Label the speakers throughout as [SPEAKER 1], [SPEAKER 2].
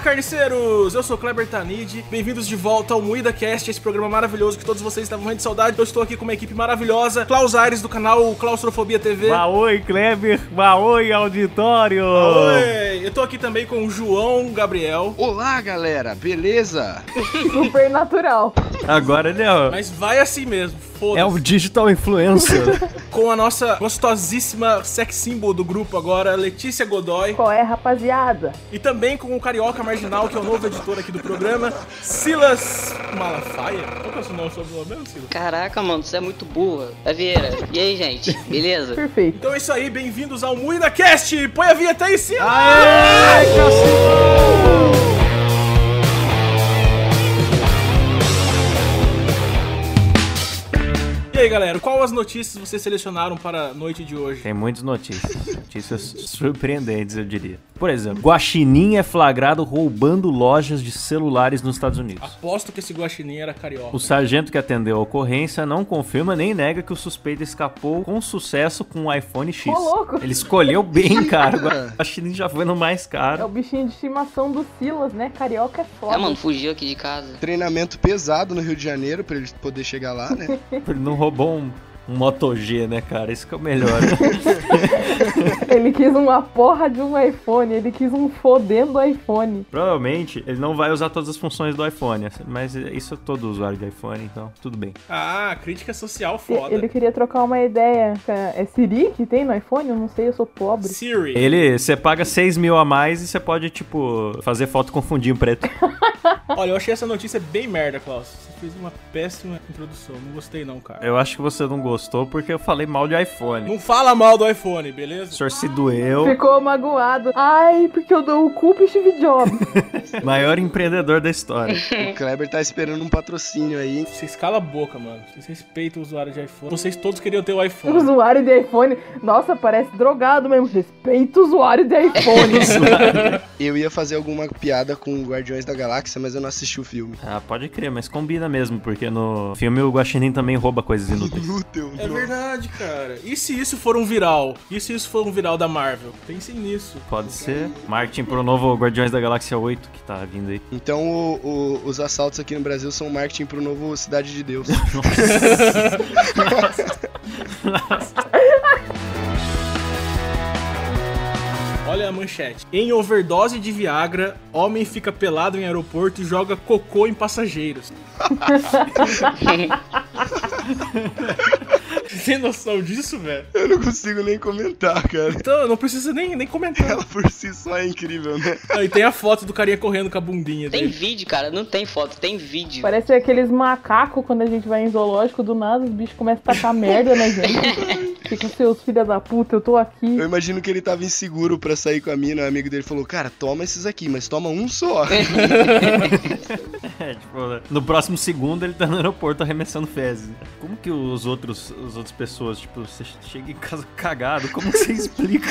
[SPEAKER 1] carniceiros! Eu sou Kleber Tanid, bem-vindos de volta ao Moída Cast, esse programa maravilhoso que todos vocês estavam morrendo de saudade. Eu estou aqui com uma equipe maravilhosa, Klaus Aires do canal Claustrofobia TV.
[SPEAKER 2] Maoi, Kleber. Maoi, auditório.
[SPEAKER 1] Oi! Eu tô aqui também com o João Gabriel.
[SPEAKER 3] Olá, galera, beleza?
[SPEAKER 4] Supernatural.
[SPEAKER 2] Agora ele é,
[SPEAKER 1] Mas vai assim mesmo, foda-se.
[SPEAKER 2] é um digital influencer.
[SPEAKER 1] Com a nossa gostosíssima sex symbol do grupo agora, Letícia Godoy.
[SPEAKER 4] Qual é, rapaziada?
[SPEAKER 1] E também com o Carioca Marginal, que é o novo editor aqui do programa, Silas Malafaia. Qual que é o seu nome, sobrenome mesmo, Silas?
[SPEAKER 5] Caraca, mano, você é muito burra. Vieira. E aí, gente? Beleza?
[SPEAKER 4] Perfeito.
[SPEAKER 1] Então é isso aí, bem-vindos ao MuidaCast! Põe a vinheta aí, Silas! E aí, galera, qual as notícias vocês selecionaram para a noite de hoje?
[SPEAKER 2] Tem muitas notícias. Notícias surpreendentes, eu diria. Por exemplo, Guaxinim é flagrado roubando lojas de celulares nos Estados Unidos.
[SPEAKER 1] Aposto que esse guaxinim era carioca.
[SPEAKER 2] O sargento que atendeu a ocorrência não confirma nem nega que o suspeito escapou com sucesso com o iPhone X.
[SPEAKER 4] Ô, louco.
[SPEAKER 2] Ele escolheu bem caro. O Guaxinim já foi no mais
[SPEAKER 4] É o
[SPEAKER 2] caro.
[SPEAKER 4] bichinho de estimação do Silas, né? Carioca é foda.
[SPEAKER 5] É, mano, fugiu aqui de casa.
[SPEAKER 3] Treinamento pesado no Rio de Janeiro pra ele poder chegar lá, né?
[SPEAKER 2] Ele não roubou um, um Moto G, né, cara? Isso que é o melhor. né?
[SPEAKER 4] Ele quis uma porra de um iPhone, ele quis um fodendo iPhone.
[SPEAKER 2] Provavelmente ele não vai usar todas as funções do iPhone, mas isso é todo usuário de iPhone, então tudo bem.
[SPEAKER 1] Ah, crítica social
[SPEAKER 4] E-
[SPEAKER 1] foda.
[SPEAKER 4] Ele queria trocar uma ideia. com a- É Siri que tem no iPhone? Eu não sei, eu sou pobre.
[SPEAKER 1] Siri.
[SPEAKER 2] Ele, você paga 6 mil a mais e você pode, tipo, fazer foto com fundinho preto.
[SPEAKER 1] Olha, eu achei essa notícia bem merda, Klaus. Você fez uma péssima introdução. Não gostei, não, cara.
[SPEAKER 2] Eu acho que você não gostou porque eu falei mal de iPhone.
[SPEAKER 1] Não fala mal do iPhone,
[SPEAKER 2] O
[SPEAKER 1] beleza?
[SPEAKER 2] senhor se doeu,
[SPEAKER 4] Ficou magoado. Ai, porque eu dou o cu pro Steve Jobs.
[SPEAKER 2] maior empreendedor da história.
[SPEAKER 3] O Kleber tá esperando um patrocínio aí. hein?
[SPEAKER 1] Vocês calam a boca, mano. Vocês respeitam o usuário de iPhone. Vocês todos queriam ter o iPhone.
[SPEAKER 4] usuário de iPhone. Nossa, parece drogado mesmo. Respeita o usuário de iPhone.
[SPEAKER 3] Eu ia fazer alguma piada com Guardiões da Galáxia, mas eu não assisti o filme.
[SPEAKER 2] Ah, pode crer, mas combina mesmo, porque no filme o Guaxinim também rouba coisas inúteis.
[SPEAKER 3] Glúteo,
[SPEAKER 1] É
[SPEAKER 3] não.
[SPEAKER 1] verdade, cara. E se isso for um viral? E se isso for um viral da Marvel? Pensem nisso.
[SPEAKER 2] Pode ser. Martin pro novo Guardiões da Galáxia 8 que tá vindo aí.
[SPEAKER 3] Então o- o- os assaltos aqui no Brasil são marketing pro novo Cidade de Deus.
[SPEAKER 1] Olha a manchete. Em overdose de Viagra, homem fica pelado em aeroporto e joga cocô em passageiros. Tem noção disso, velho?
[SPEAKER 3] eu não consigo nem comentar, cara.
[SPEAKER 1] Então, não precisa nem, nem comentar.
[SPEAKER 3] Ela por si só é incrível, né?
[SPEAKER 1] Ah, e tem a foto do carinha correndo com a bundinha
[SPEAKER 5] Tem
[SPEAKER 1] dele.
[SPEAKER 5] vídeo, cara. Não tem foto, tem vídeo.
[SPEAKER 4] Parece aqueles macacos quando a gente vai em zoológico, do nada os bichos começam a tacar merda na gente. Fica seus filhos da puta, eu tô aqui.
[SPEAKER 3] Eu imagino que ele tava inseguro pra sair com a mina. O amigo dele falou: Cara, toma esses aqui, mas toma um só.
[SPEAKER 2] É, tipo, no próximo segundo ele tá no aeroporto arremessando fezes. Como que os outros, as outras pessoas, tipo, você chega em casa cagado, como que você explica?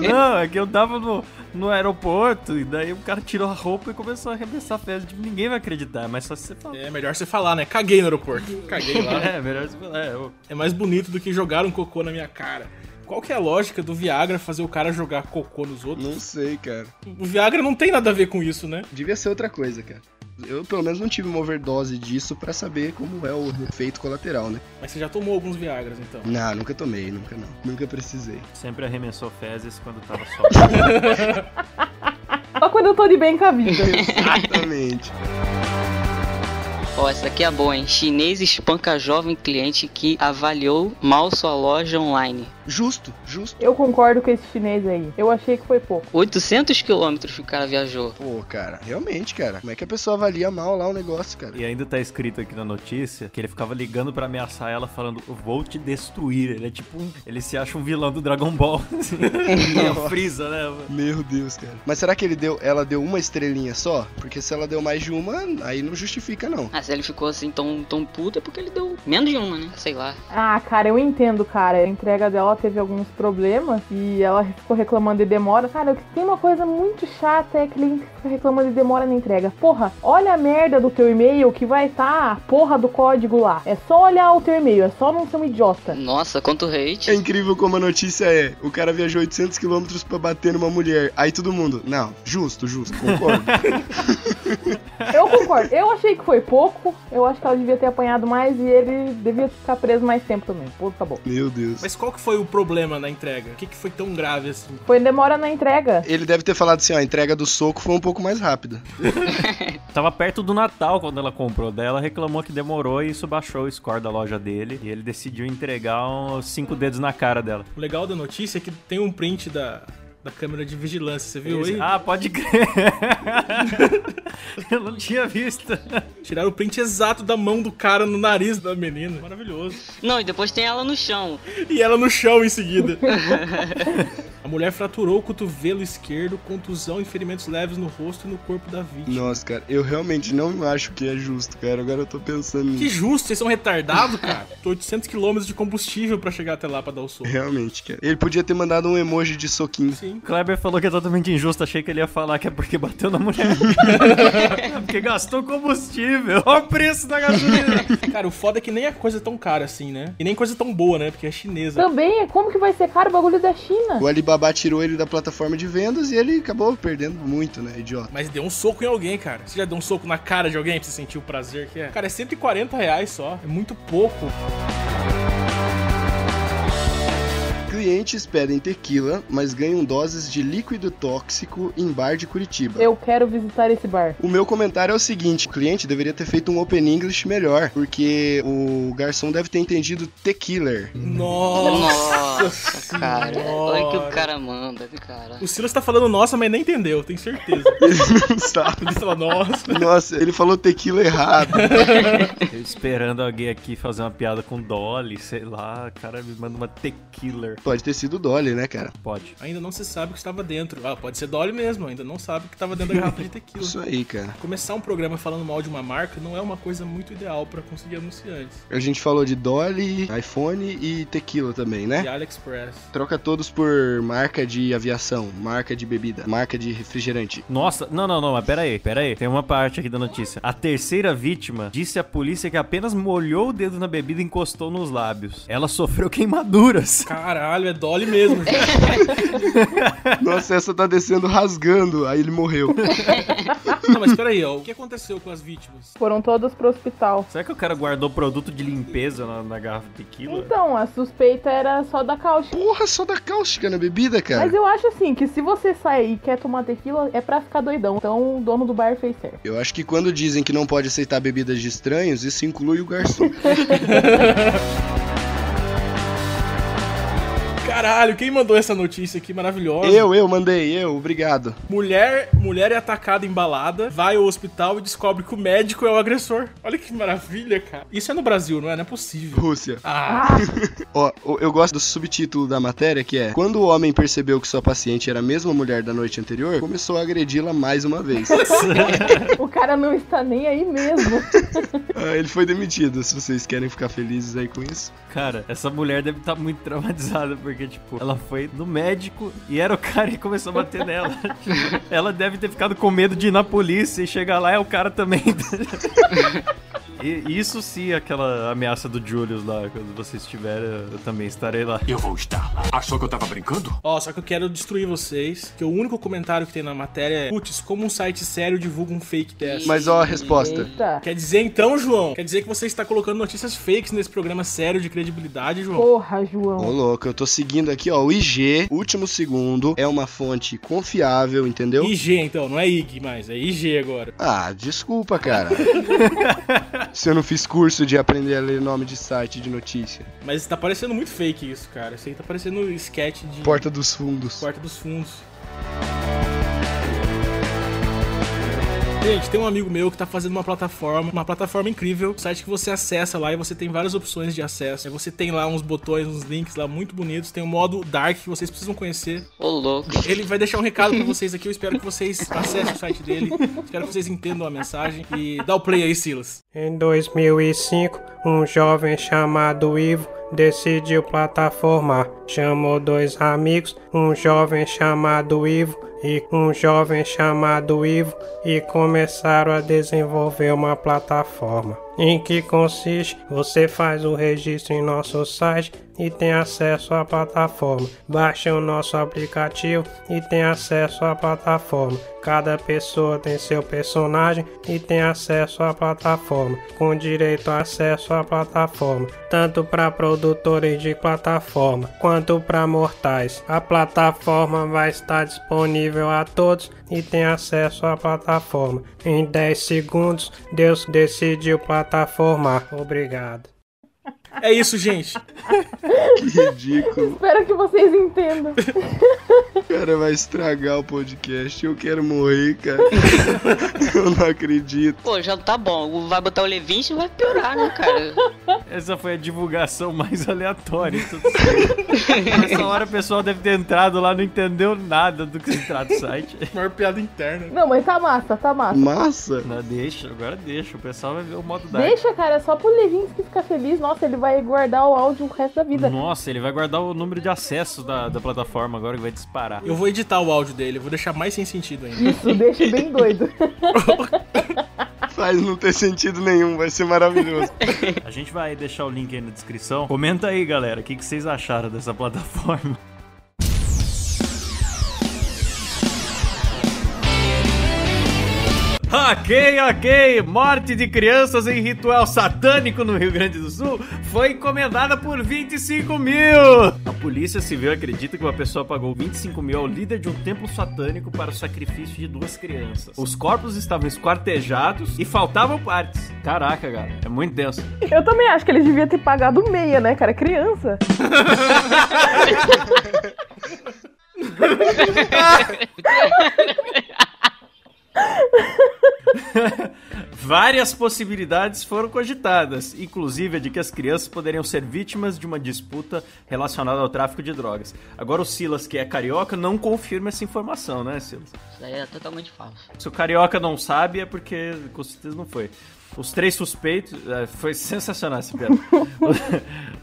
[SPEAKER 2] Não, é que eu tava no, no aeroporto e daí o cara tirou a roupa e começou a arremessar fezes. Tipo, ninguém vai acreditar, mas só se você falar.
[SPEAKER 1] É melhor você falar, né? Caguei no aeroporto. Caguei lá.
[SPEAKER 2] É, melhor você falar. É, ô,
[SPEAKER 1] É mais bonito do que jogar um cocô na minha cara. Qual que é a lógica do Viagra fazer o cara jogar cocô nos outros?
[SPEAKER 3] não sei, cara.
[SPEAKER 1] O Viagra não tem nada a ver com isso, né?
[SPEAKER 3] Devia ser outra coisa, cara. Eu, pelo menos, não tive uma overdose disso pra saber como é o efeito colateral, né?
[SPEAKER 1] Mas você já tomou alguns Viagras, então.
[SPEAKER 3] Não, nunca tomei, nunca não. Nunca precisei.
[SPEAKER 2] sempre arremessou fezes quando tava só.
[SPEAKER 4] Só quando eu tô de bem com a vida.
[SPEAKER 3] Exatamente.
[SPEAKER 5] Ó, essa daqui é boa, hein? Chinês espanca jovem cliente que avaliou mal sua loja online.
[SPEAKER 3] Justo, justo.
[SPEAKER 4] Eu concordo com esse chinês aí. Eu achei que foi pouco.
[SPEAKER 5] 800 quilômetros que o cara viajou.
[SPEAKER 3] Pô, cara, realmente, cara. Como é que a pessoa avalia mal lá o negócio, cara?
[SPEAKER 2] E ainda tá escrito aqui na notícia que ele ficava ligando pra ameaçar ela, falando: "Eu Vou te destruir. Ele é tipo um. Ele se acha um vilão do Dragon Ball. Assim. E a Frieza, né?
[SPEAKER 3] Meu Deus, cara. Mas será que ele deu, ela deu uma estrelinha só? Porque se ela deu mais de uma, aí não justifica, não.
[SPEAKER 5] Ah, se ele ficou assim tão, tão puto é porque ele deu menos de uma, né? Sei lá.
[SPEAKER 4] Ah, cara, eu entendo, cara. A entrega dela teve alguns problemas e ela ficou reclamando de demora. Cara, o que tem uma coisa muito chata é que ele fica reclamando de demora na entrega. Porra, olha a merda do teu e-mail que vai estar a porra do código lá. É só olhar o teu e-mail, é só não ser um idiota.
[SPEAKER 5] Nossa, quanto hate.
[SPEAKER 3] É incrível como a notícia é: o cara viajou 800 km pra bater numa mulher. Aí todo mundo, não, justo, justo, concordo.
[SPEAKER 4] Eu concordo. Eu achei que foi pouco. Eu acho que ela devia ter apanhado mais e ele devia ficar preso mais tempo também. Pô, tá bom.
[SPEAKER 3] Meu Deus.
[SPEAKER 1] Mas qual que foi o problema na entrega? O que, que foi tão grave assim?
[SPEAKER 4] Foi demora na entrega.
[SPEAKER 3] Ele deve ter falado assim: ó, a entrega do soco foi um pouco mais rápida.
[SPEAKER 2] Tava perto do Natal quando ela comprou dela, reclamou que demorou e isso baixou o score da loja dele. E ele decidiu entregar uns cinco dedos na cara dela.
[SPEAKER 1] O legal da notícia é que tem um print da, da câmera de vigilância, você viu aí?
[SPEAKER 2] Ah, pode crer. Eu não tinha visto.
[SPEAKER 1] Tiraram o print exato da mão do cara no nariz da menina. Maravilhoso.
[SPEAKER 5] Não, e depois tem ela no chão.
[SPEAKER 1] E ela no chão em seguida. A mulher fraturou o cotovelo esquerdo, contusão e ferimentos leves no rosto e no corpo da vítima.
[SPEAKER 3] Nossa, cara, eu realmente não acho que é justo, cara. Agora eu tô pensando
[SPEAKER 1] Que
[SPEAKER 3] nisso.
[SPEAKER 1] justo, vocês são retardados, cara. Tô 800 km de combustível pra chegar até lá pra dar o soco.
[SPEAKER 3] Realmente, cara. Ele podia ter mandado um emoji de soquinho.
[SPEAKER 1] Sim.
[SPEAKER 2] Kleber falou que é totalmente injusto, achei que ele ia falar que é porque bateu na mulher. É porque gastou combustível. Olha o preço da gasolina.
[SPEAKER 1] Cara, o foda é que nem é coisa tão cara assim, né? E nem coisa tão boa, né? Porque é chinesa.
[SPEAKER 4] Também, como que vai ser caro o bagulho da China?
[SPEAKER 3] O Alibaba tirou ele da plataforma de vendas e ele acabou perdendo muito, né? Idiota.
[SPEAKER 1] Mas deu um soco em alguém, cara. Você já deu um soco na cara de alguém pra você sentir o prazer que é? Cara, é 140 reais só. É muito pouco.
[SPEAKER 3] Clientes pedem tequila, mas ganham doses de líquido tóxico em bar de Curitiba.
[SPEAKER 4] Eu quero visitar esse bar.
[SPEAKER 3] O meu comentário é o seguinte: o cliente deveria ter feito um Open English melhor, porque o garçom deve ter entendido tequila.
[SPEAKER 1] Nossa,
[SPEAKER 5] Nossa, cara. Olha que o
[SPEAKER 1] senhora.
[SPEAKER 5] cara manda, cara.
[SPEAKER 1] O Silas tá falando nossa, mas nem entendeu, tenho certeza.
[SPEAKER 3] Ele não sabe.
[SPEAKER 1] Ele fala, nossa.
[SPEAKER 3] Nossa, ele falou tequila errado.
[SPEAKER 2] Eu esperando alguém aqui fazer uma piada com Dolly, sei lá. O cara me manda uma tequila.
[SPEAKER 3] Pode ter sido o Dolly, né, cara?
[SPEAKER 2] Pode.
[SPEAKER 1] Ainda não se sabe o que estava dentro. Ah, pode ser Dolly mesmo, ainda não sabe o que estava dentro da garrafa de tequila.
[SPEAKER 3] Isso aí, cara.
[SPEAKER 1] Começar um programa falando mal de uma marca não é uma coisa muito ideal pra conseguir anunciantes.
[SPEAKER 3] A gente falou de Dolly, iPhone e tequila também,
[SPEAKER 1] E
[SPEAKER 3] né?
[SPEAKER 1] AliExpress.
[SPEAKER 3] Troca todos por marca de aviação, marca de bebida, marca de refrigerante.
[SPEAKER 2] Nossa, não, não, não, mas pera aí, pera aí. Tem uma parte aqui da notícia. A terceira vítima disse à polícia que apenas molhou o dedo na bebida e encostou nos lábios. Ela sofreu queimaduras.
[SPEAKER 1] Caralho, é Dolly mesmo. gente.
[SPEAKER 3] Nossa, essa tá descendo rasgando, aí ele morreu.
[SPEAKER 1] não, mas peraí, ó. O que aconteceu com as vítimas?
[SPEAKER 4] Foram todas pro hospital.
[SPEAKER 2] Será que o cara guardou produto de limpeza na, na garrafa de tequila?
[SPEAKER 4] Então, a suspeita era só da caucha.
[SPEAKER 3] Porra, só da cáustica na bebida, cara.
[SPEAKER 4] Mas eu acho assim, que se você sair e quer tomar tequila, é pra ficar doidão. Então o dono do bar fez certo.
[SPEAKER 3] Eu acho que quando dizem que não pode aceitar bebidas de estranhos, isso inclui o garçom.
[SPEAKER 1] Caralho, quem mandou essa notícia aqui maravilhosa?
[SPEAKER 3] eu, eu mandei, eu, obrigado.
[SPEAKER 1] Mulher, mulher é atacada em balada, vai ao hospital e descobre que o médico é o agressor. Olha que maravilha, cara. Isso é no Brasil, não é? Não é possível.
[SPEAKER 3] Rússia.
[SPEAKER 1] Ah,
[SPEAKER 3] Ó, o- eu gosto do subtítulo da matéria que é: Quando o homem percebeu que sua paciente era a mesma mulher da noite anterior, começou a agredi-la mais uma vez.
[SPEAKER 4] O cara não está nem aí mesmo.
[SPEAKER 3] Ah, ele foi demitido. Se vocês querem ficar felizes aí com isso.
[SPEAKER 2] Cara, essa mulher deve estar muito traumatizada, porque, tipo, ela foi no médico e era o cara que começou a bater nela. ela deve ter ficado com medo de ir na polícia e chegar lá é o cara também. E isso sim, aquela ameaça do Julius lá, quando você estiver, eu também estarei lá.
[SPEAKER 6] Eu vou estar lá. Achou que eu tava brincando?
[SPEAKER 1] Ó, só que eu quero destruir vocês, que o único comentário que tem na matéria é Putz, como um site sério divulga um fake dessa?
[SPEAKER 3] Mas ó, a resposta.
[SPEAKER 4] Eita.
[SPEAKER 1] Quer dizer então, João? Quer dizer que você está colocando notícias fakes nesse programa sério de credibilidade, João?
[SPEAKER 4] Porra,
[SPEAKER 3] Ô,
[SPEAKER 4] João.
[SPEAKER 3] louco, eu tô seguindo aqui, ó. O IG, último segundo, é uma fonte confiável, entendeu?
[SPEAKER 1] IG, então, não é IG mais, é IG agora.
[SPEAKER 3] Ah, desculpa, cara. Se eu não fiz curso de aprender a ler nome de site de notícia.
[SPEAKER 1] Mas tá parecendo muito fake isso, cara. Isso aí tá parecendo um sketch de
[SPEAKER 3] Porta dos fundos.
[SPEAKER 1] Porta dos Fundos. Gente, tem um amigo meu que tá fazendo uma plataforma, uma plataforma incrível, um site que você acessa lá e você tem várias opções de acesso. Aí Você tem lá uns botões, uns links lá muito bonitos, tem o modo dark que vocês precisam conhecer.
[SPEAKER 5] Ô, louco.
[SPEAKER 1] Ele vai deixar um recado pra vocês aqui, eu espero que vocês acessem o site dele, espero que vocês entendam a mensagem e dá o play aí, Silas.
[SPEAKER 7] Em 2005, um jovem chamado Ivo decidiu plataformar. Chamou dois amigos, um jovem chamado Ivo e um jovem chamado Ivo, e começaram a desenvolver uma plataforma. Em que consiste? Você faz o registro em nosso site e tem acesso à plataforma. Baixa o nosso aplicativo e tem acesso à plataforma. Cada pessoa tem seu personagem e tem acesso à plataforma, com direito a acesso à plataforma, tanto para produtores de plataforma quanto para mortais. A plataforma vai estar disponível a todos e tem acesso à plataforma. Em 10 segundos, Deus decidiu plataformar. Obrigado.
[SPEAKER 1] É isso, gente.
[SPEAKER 3] Que ridículo.
[SPEAKER 4] Espero que vocês entendam.
[SPEAKER 3] O cara vai estragar o podcast. Eu quero morrer, cara. Eu não acredito.
[SPEAKER 5] Pô, já tá bom. Vai botar o Levinte e vai piorar, né, cara?
[SPEAKER 2] Essa foi a divulgação mais aleatória. de tudo isso. Nessa hora o pessoal deve ter entrado lá, não entendeu nada do que se trata o site.
[SPEAKER 1] Maior piada interna.
[SPEAKER 4] Não, mas tá massa, tá massa.
[SPEAKER 3] Massa.
[SPEAKER 2] Não, deixa, agora deixa. O pessoal vai ver o modo dark.
[SPEAKER 4] Deixa, cara, só pro Levinsky ficar feliz. Nossa, ele vai guardar o áudio o resto da vida.
[SPEAKER 2] Nossa, ele vai guardar o número de acesso da, da plataforma agora que vai disparar.
[SPEAKER 1] Eu vou editar o áudio dele, eu vou deixar mais sem sentido ainda.
[SPEAKER 4] Isso deixa bem doido.
[SPEAKER 3] Faz não ter sentido nenhum. Vai ser maravilhoso.
[SPEAKER 2] A gente vai deixar o link aí na descrição. Comenta aí, galera, o que, que vocês acharam dessa plataforma. Ok, ok. Morte de crianças em ritual satânico no Rio Grande do Sul foi encomendada por 25 mil. A polícia civil acredita que uma pessoa pagou 25 mil ao líder de um templo satânico para o sacrifício de duas crianças. Os corpos estavam esquartejados e faltavam partes. Caraca, cara, é muito denso.
[SPEAKER 4] Eu também acho que eles deviam ter pagado meia, né, cara? Criança.
[SPEAKER 2] Várias possibilidades foram cogitadas, inclusive a de que as crianças poderiam ser vítimas de uma disputa relacionada ao tráfico de drogas. Agora o Silas, que é carioca, não confirma essa informação, né, Silas?
[SPEAKER 5] Isso daí é totalmente falso.
[SPEAKER 2] Se o carioca não sabe, é porque com certeza não foi. Os três suspeitos. é, Foi sensacional esse piada.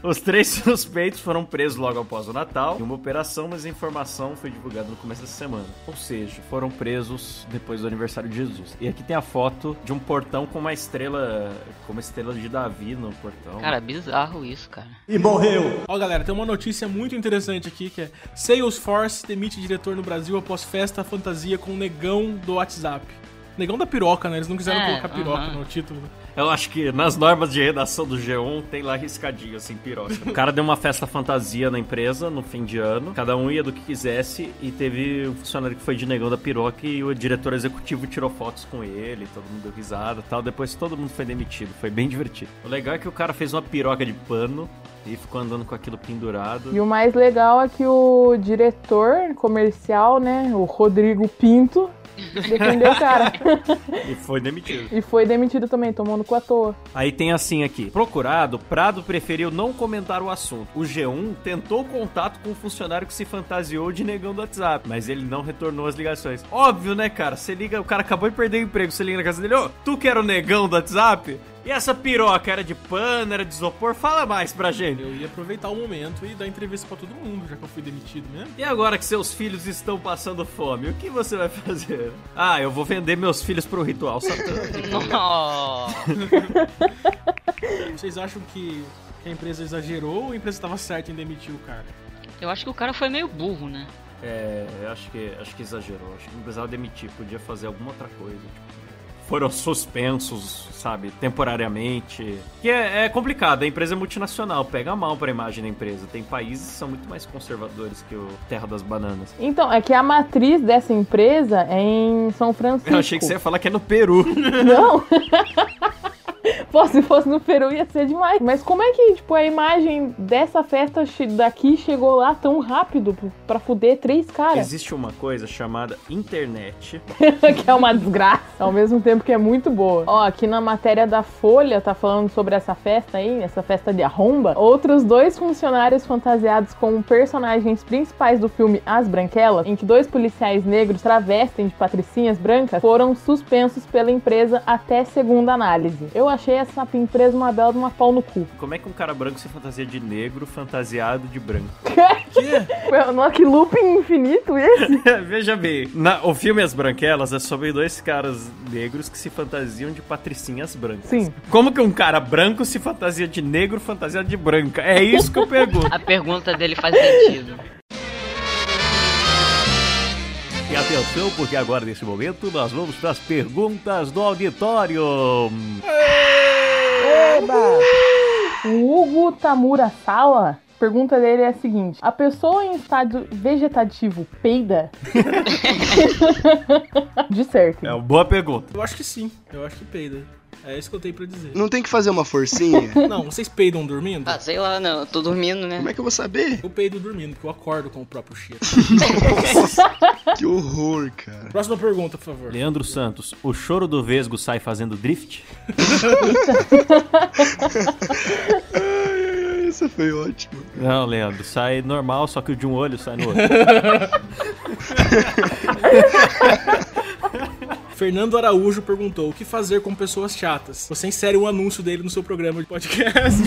[SPEAKER 2] Os três suspeitos foram presos logo após o Natal em uma operação, mas a informação foi divulgada no começo dessa semana. Ou seja, foram presos depois do aniversário de Jesus. E aqui tem a foto de um portão com uma estrela. com uma estrela de Davi no portão.
[SPEAKER 5] Cara, bizarro isso, cara.
[SPEAKER 1] Ó, galera, tem uma notícia muito interessante aqui que é Salesforce demite diretor no Brasil após festa fantasia com o negão do WhatsApp. Negão da piroca, né? Eles não quiseram
[SPEAKER 5] É,
[SPEAKER 1] colocar piroca
[SPEAKER 5] aham.
[SPEAKER 1] no título. né?
[SPEAKER 2] Eu acho que nas normas de redação do G1 tem lá riscadinho, assim, piroca. O cara deu uma festa fantasia na empresa no fim de ano. Cada um ia do que quisesse e teve um funcionário que foi de negão da piroca e o diretor executivo tirou fotos com ele, todo mundo deu risada e tal. Depois todo mundo foi demitido, foi bem divertido. O legal é que o cara fez uma piroca de pano e ficou andando com aquilo pendurado.
[SPEAKER 4] E o mais legal é que o diretor comercial, né, o Rodrigo Pinto, defendeu o cara.
[SPEAKER 2] E foi demitido.
[SPEAKER 4] e foi demitido também, tomou no cu à toa.
[SPEAKER 2] Aí tem assim aqui. Procurado, Prado preferiu não comentar o assunto. O G1 tentou contato com o funcionário que se fantasiou de negão do WhatsApp, mas ele não retornou as ligações. Óbvio, né, cara? Você liga, o cara acabou de perder o emprego, você liga na casa dele, ô, tu que era o negão do WhatsApp? E essa piroca era de pano, era de isopor? Fala mais pra gente.
[SPEAKER 1] Eu ia aproveitar o momento e dar entrevista pra todo mundo, já que eu fui demitido mesmo.
[SPEAKER 2] E agora que seus filhos estão passando fome, o que você vai fazer? Ah, eu vou vender meus filhos pro ritual satânico.
[SPEAKER 5] Nossa.
[SPEAKER 1] Vocês acham que que a empresa exagerou ou a empresa estava certa em demitir o cara?
[SPEAKER 5] Eu acho que o cara foi meio burro, né?
[SPEAKER 2] É, eu acho que, acho que exagerou. Acho que não precisava demitir, podia fazer alguma outra coisa. tipo. Foram suspensos, sabe, temporariamente. Que é, é complicado, a empresa é multinacional, pega mal pra imagem da empresa. Tem países que são muito mais conservadores que o Terra das Bananas.
[SPEAKER 4] Então, é que a matriz dessa empresa é em São Francisco.
[SPEAKER 2] Eu achei que você ia falar que é no Peru.
[SPEAKER 4] Não! Pô, se fosse no Peru ia ser demais. Mas como é que, tipo, a imagem dessa festa che- daqui chegou lá tão rápido p- pra fuder três caras?
[SPEAKER 2] Existe uma coisa chamada internet.
[SPEAKER 4] que é uma desgraça, ao mesmo tempo que é muito boa. Ó, aqui na matéria da Folha tá falando sobre essa festa aí, essa festa de arromba. Outros dois funcionários fantasiados como personagens principais do filme As Branquelas, em que dois policiais negros travestem de patricinhas brancas, foram suspensos pela empresa até segunda análise. Eu achei essa empresa uma bela de uma pau no cu.
[SPEAKER 2] Como é que um cara branco se fantasia de negro fantasiado de branco?
[SPEAKER 1] Que?
[SPEAKER 4] Meu, nossa, que looping infinito esse?
[SPEAKER 2] Veja bem, na- o filme As Branquelas é sobre dois caras negros que se fantasiam de patricinhas brancas.
[SPEAKER 4] Sim.
[SPEAKER 2] Como que um cara branco se fantasia de negro fantasiado de branca? É isso que eu pergunto.
[SPEAKER 5] A pergunta dele faz sentido.
[SPEAKER 2] e atenção, porque agora, nesse momento, nós vamos para as perguntas do auditório.
[SPEAKER 4] O Hugo Tamura Sala, pergunta dele é a seguinte: A pessoa em estado vegetativo peida? De certo.
[SPEAKER 2] É uma boa pergunta.
[SPEAKER 1] Eu acho que sim. Eu acho que peida. É isso que eu tenho pra dizer.
[SPEAKER 3] Não tem que fazer uma forcinha?
[SPEAKER 1] Não, vocês peidam dormindo?
[SPEAKER 5] Ah, sei lá, não. Eu tô dormindo, né?
[SPEAKER 3] Como é que eu vou saber?
[SPEAKER 1] Eu peido dormindo, porque eu acordo com o próprio cheiro.
[SPEAKER 3] Que horror, cara.
[SPEAKER 1] Próxima pergunta, por favor.
[SPEAKER 2] Leandro Santos, o choro do Vesgo sai fazendo drift?
[SPEAKER 3] Essa foi ótima.
[SPEAKER 2] Não, Leandro, sai normal, só que o de um olho sai no outro.
[SPEAKER 1] Fernando Araújo perguntou o que fazer com pessoas chatas. Você insere um anúncio dele no seu programa de podcast.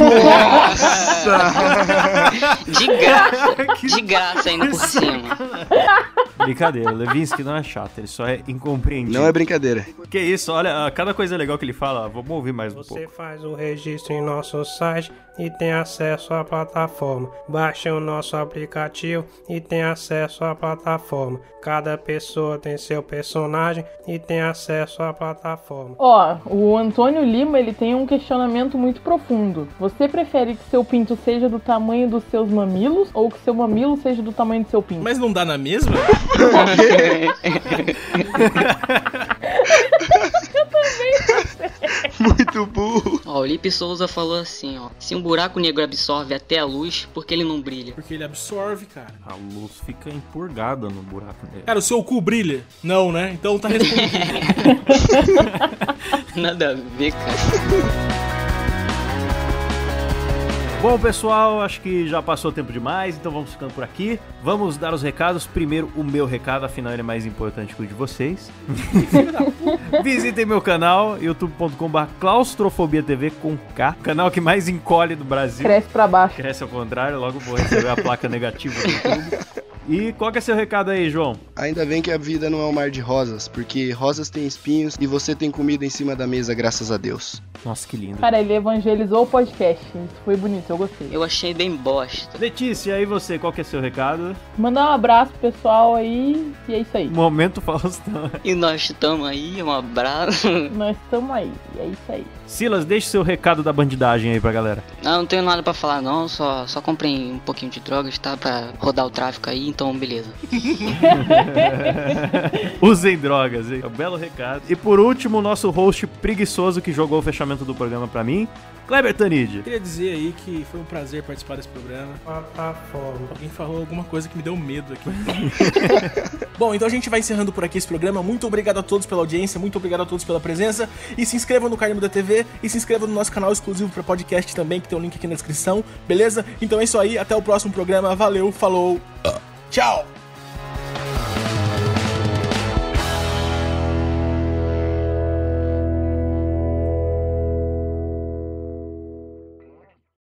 [SPEAKER 5] De graça. De graça ainda por cima.
[SPEAKER 2] Brincadeira, o Levinsky não é chato, ele só é incompreendido.
[SPEAKER 3] Não é brincadeira.
[SPEAKER 2] Que isso, olha, ah, cada coisa legal que ele fala, ah, vamos ouvir mais um
[SPEAKER 7] Você
[SPEAKER 2] pouco.
[SPEAKER 7] faz o registro em nosso site e tem acesso à plataforma. Baixa o nosso aplicativo e tem acesso à plataforma. Cada pessoa tem seu personagem e tem acesso à plataforma.
[SPEAKER 4] Ó, o Antônio Lima ele tem um questionamento muito profundo. Você prefere que seu pinto seja do tamanho dos seus mamilos ou que seu mamilo seja do tamanho do seu pinto?
[SPEAKER 1] Mas não dá na mesma?
[SPEAKER 3] Muito burro.
[SPEAKER 5] Ó, o Lipe Souza falou assim, ó. Se um buraco negro absorve até a luz, por que ele não brilha?
[SPEAKER 1] Porque ele absorve, cara.
[SPEAKER 2] A luz fica empurgada no buraco dele.
[SPEAKER 1] Cara, o seu cu brilha? Não, né? Então tá respondido.
[SPEAKER 5] Nada a ver, cara.
[SPEAKER 2] É, Bom, pessoal, acho que já passou tempo demais, então vamos ficando por aqui. Vamos dar os recados. Primeiro, o meu recado, afinal ele é mais importante que o de vocês. Visitem meu canal, youtube.com.br claustrofobia TV com K, canal que mais encolhe do Brasil.
[SPEAKER 4] Cresce pra baixo.
[SPEAKER 2] Cresce ao contrário, logo vou receber a placa negativa do YouTube. E qual que é seu recado aí, João?
[SPEAKER 3] Ainda bem que a vida não é um mar de rosas, porque rosas têm espinhos e você tem comida em cima da mesa, graças a Deus.
[SPEAKER 2] Nossa, que lindo.
[SPEAKER 4] Cara, ele evangelizou o podcast. Isso foi bonito, eu gostei.
[SPEAKER 5] Eu achei bem bosta.
[SPEAKER 2] Letícia, e você, qual que é seu recado?
[SPEAKER 4] Mandar um abraço pro pessoal aí e é isso aí.
[SPEAKER 2] Momento Faustão.
[SPEAKER 5] E nós estamos aí, um abraço.
[SPEAKER 4] Nós estamos aí, e é isso aí.
[SPEAKER 2] Silas, deixa seu recado da bandidagem aí pra galera.
[SPEAKER 5] Ah, Não, não tenho nada pra falar não, só, só comprei um pouquinho de drogas, tá? Pra rodar o tráfico aí, então beleza.
[SPEAKER 2] Usem drogas, hein? É um belo recado. E por último, o nosso host preguiçoso que jogou o fechamento do programa pra mim, Kleber Tanid.
[SPEAKER 1] Queria dizer aí que foi um prazer participar desse programa.
[SPEAKER 7] Plataforma.
[SPEAKER 1] Alguém falou alguma coisa que me deu medo aqui. Bom, então a gente vai encerrando por aqui esse programa. Muito obrigado a todos pela audiência, muito obrigado a todos pela presença. E se inscrevam no Carnívoro da TV e se inscrevam no nosso canal exclusivo para podcast também, que tem o link aqui na descrição, beleza? Então é isso aí, até o próximo programa. Valeu, falou, tchau!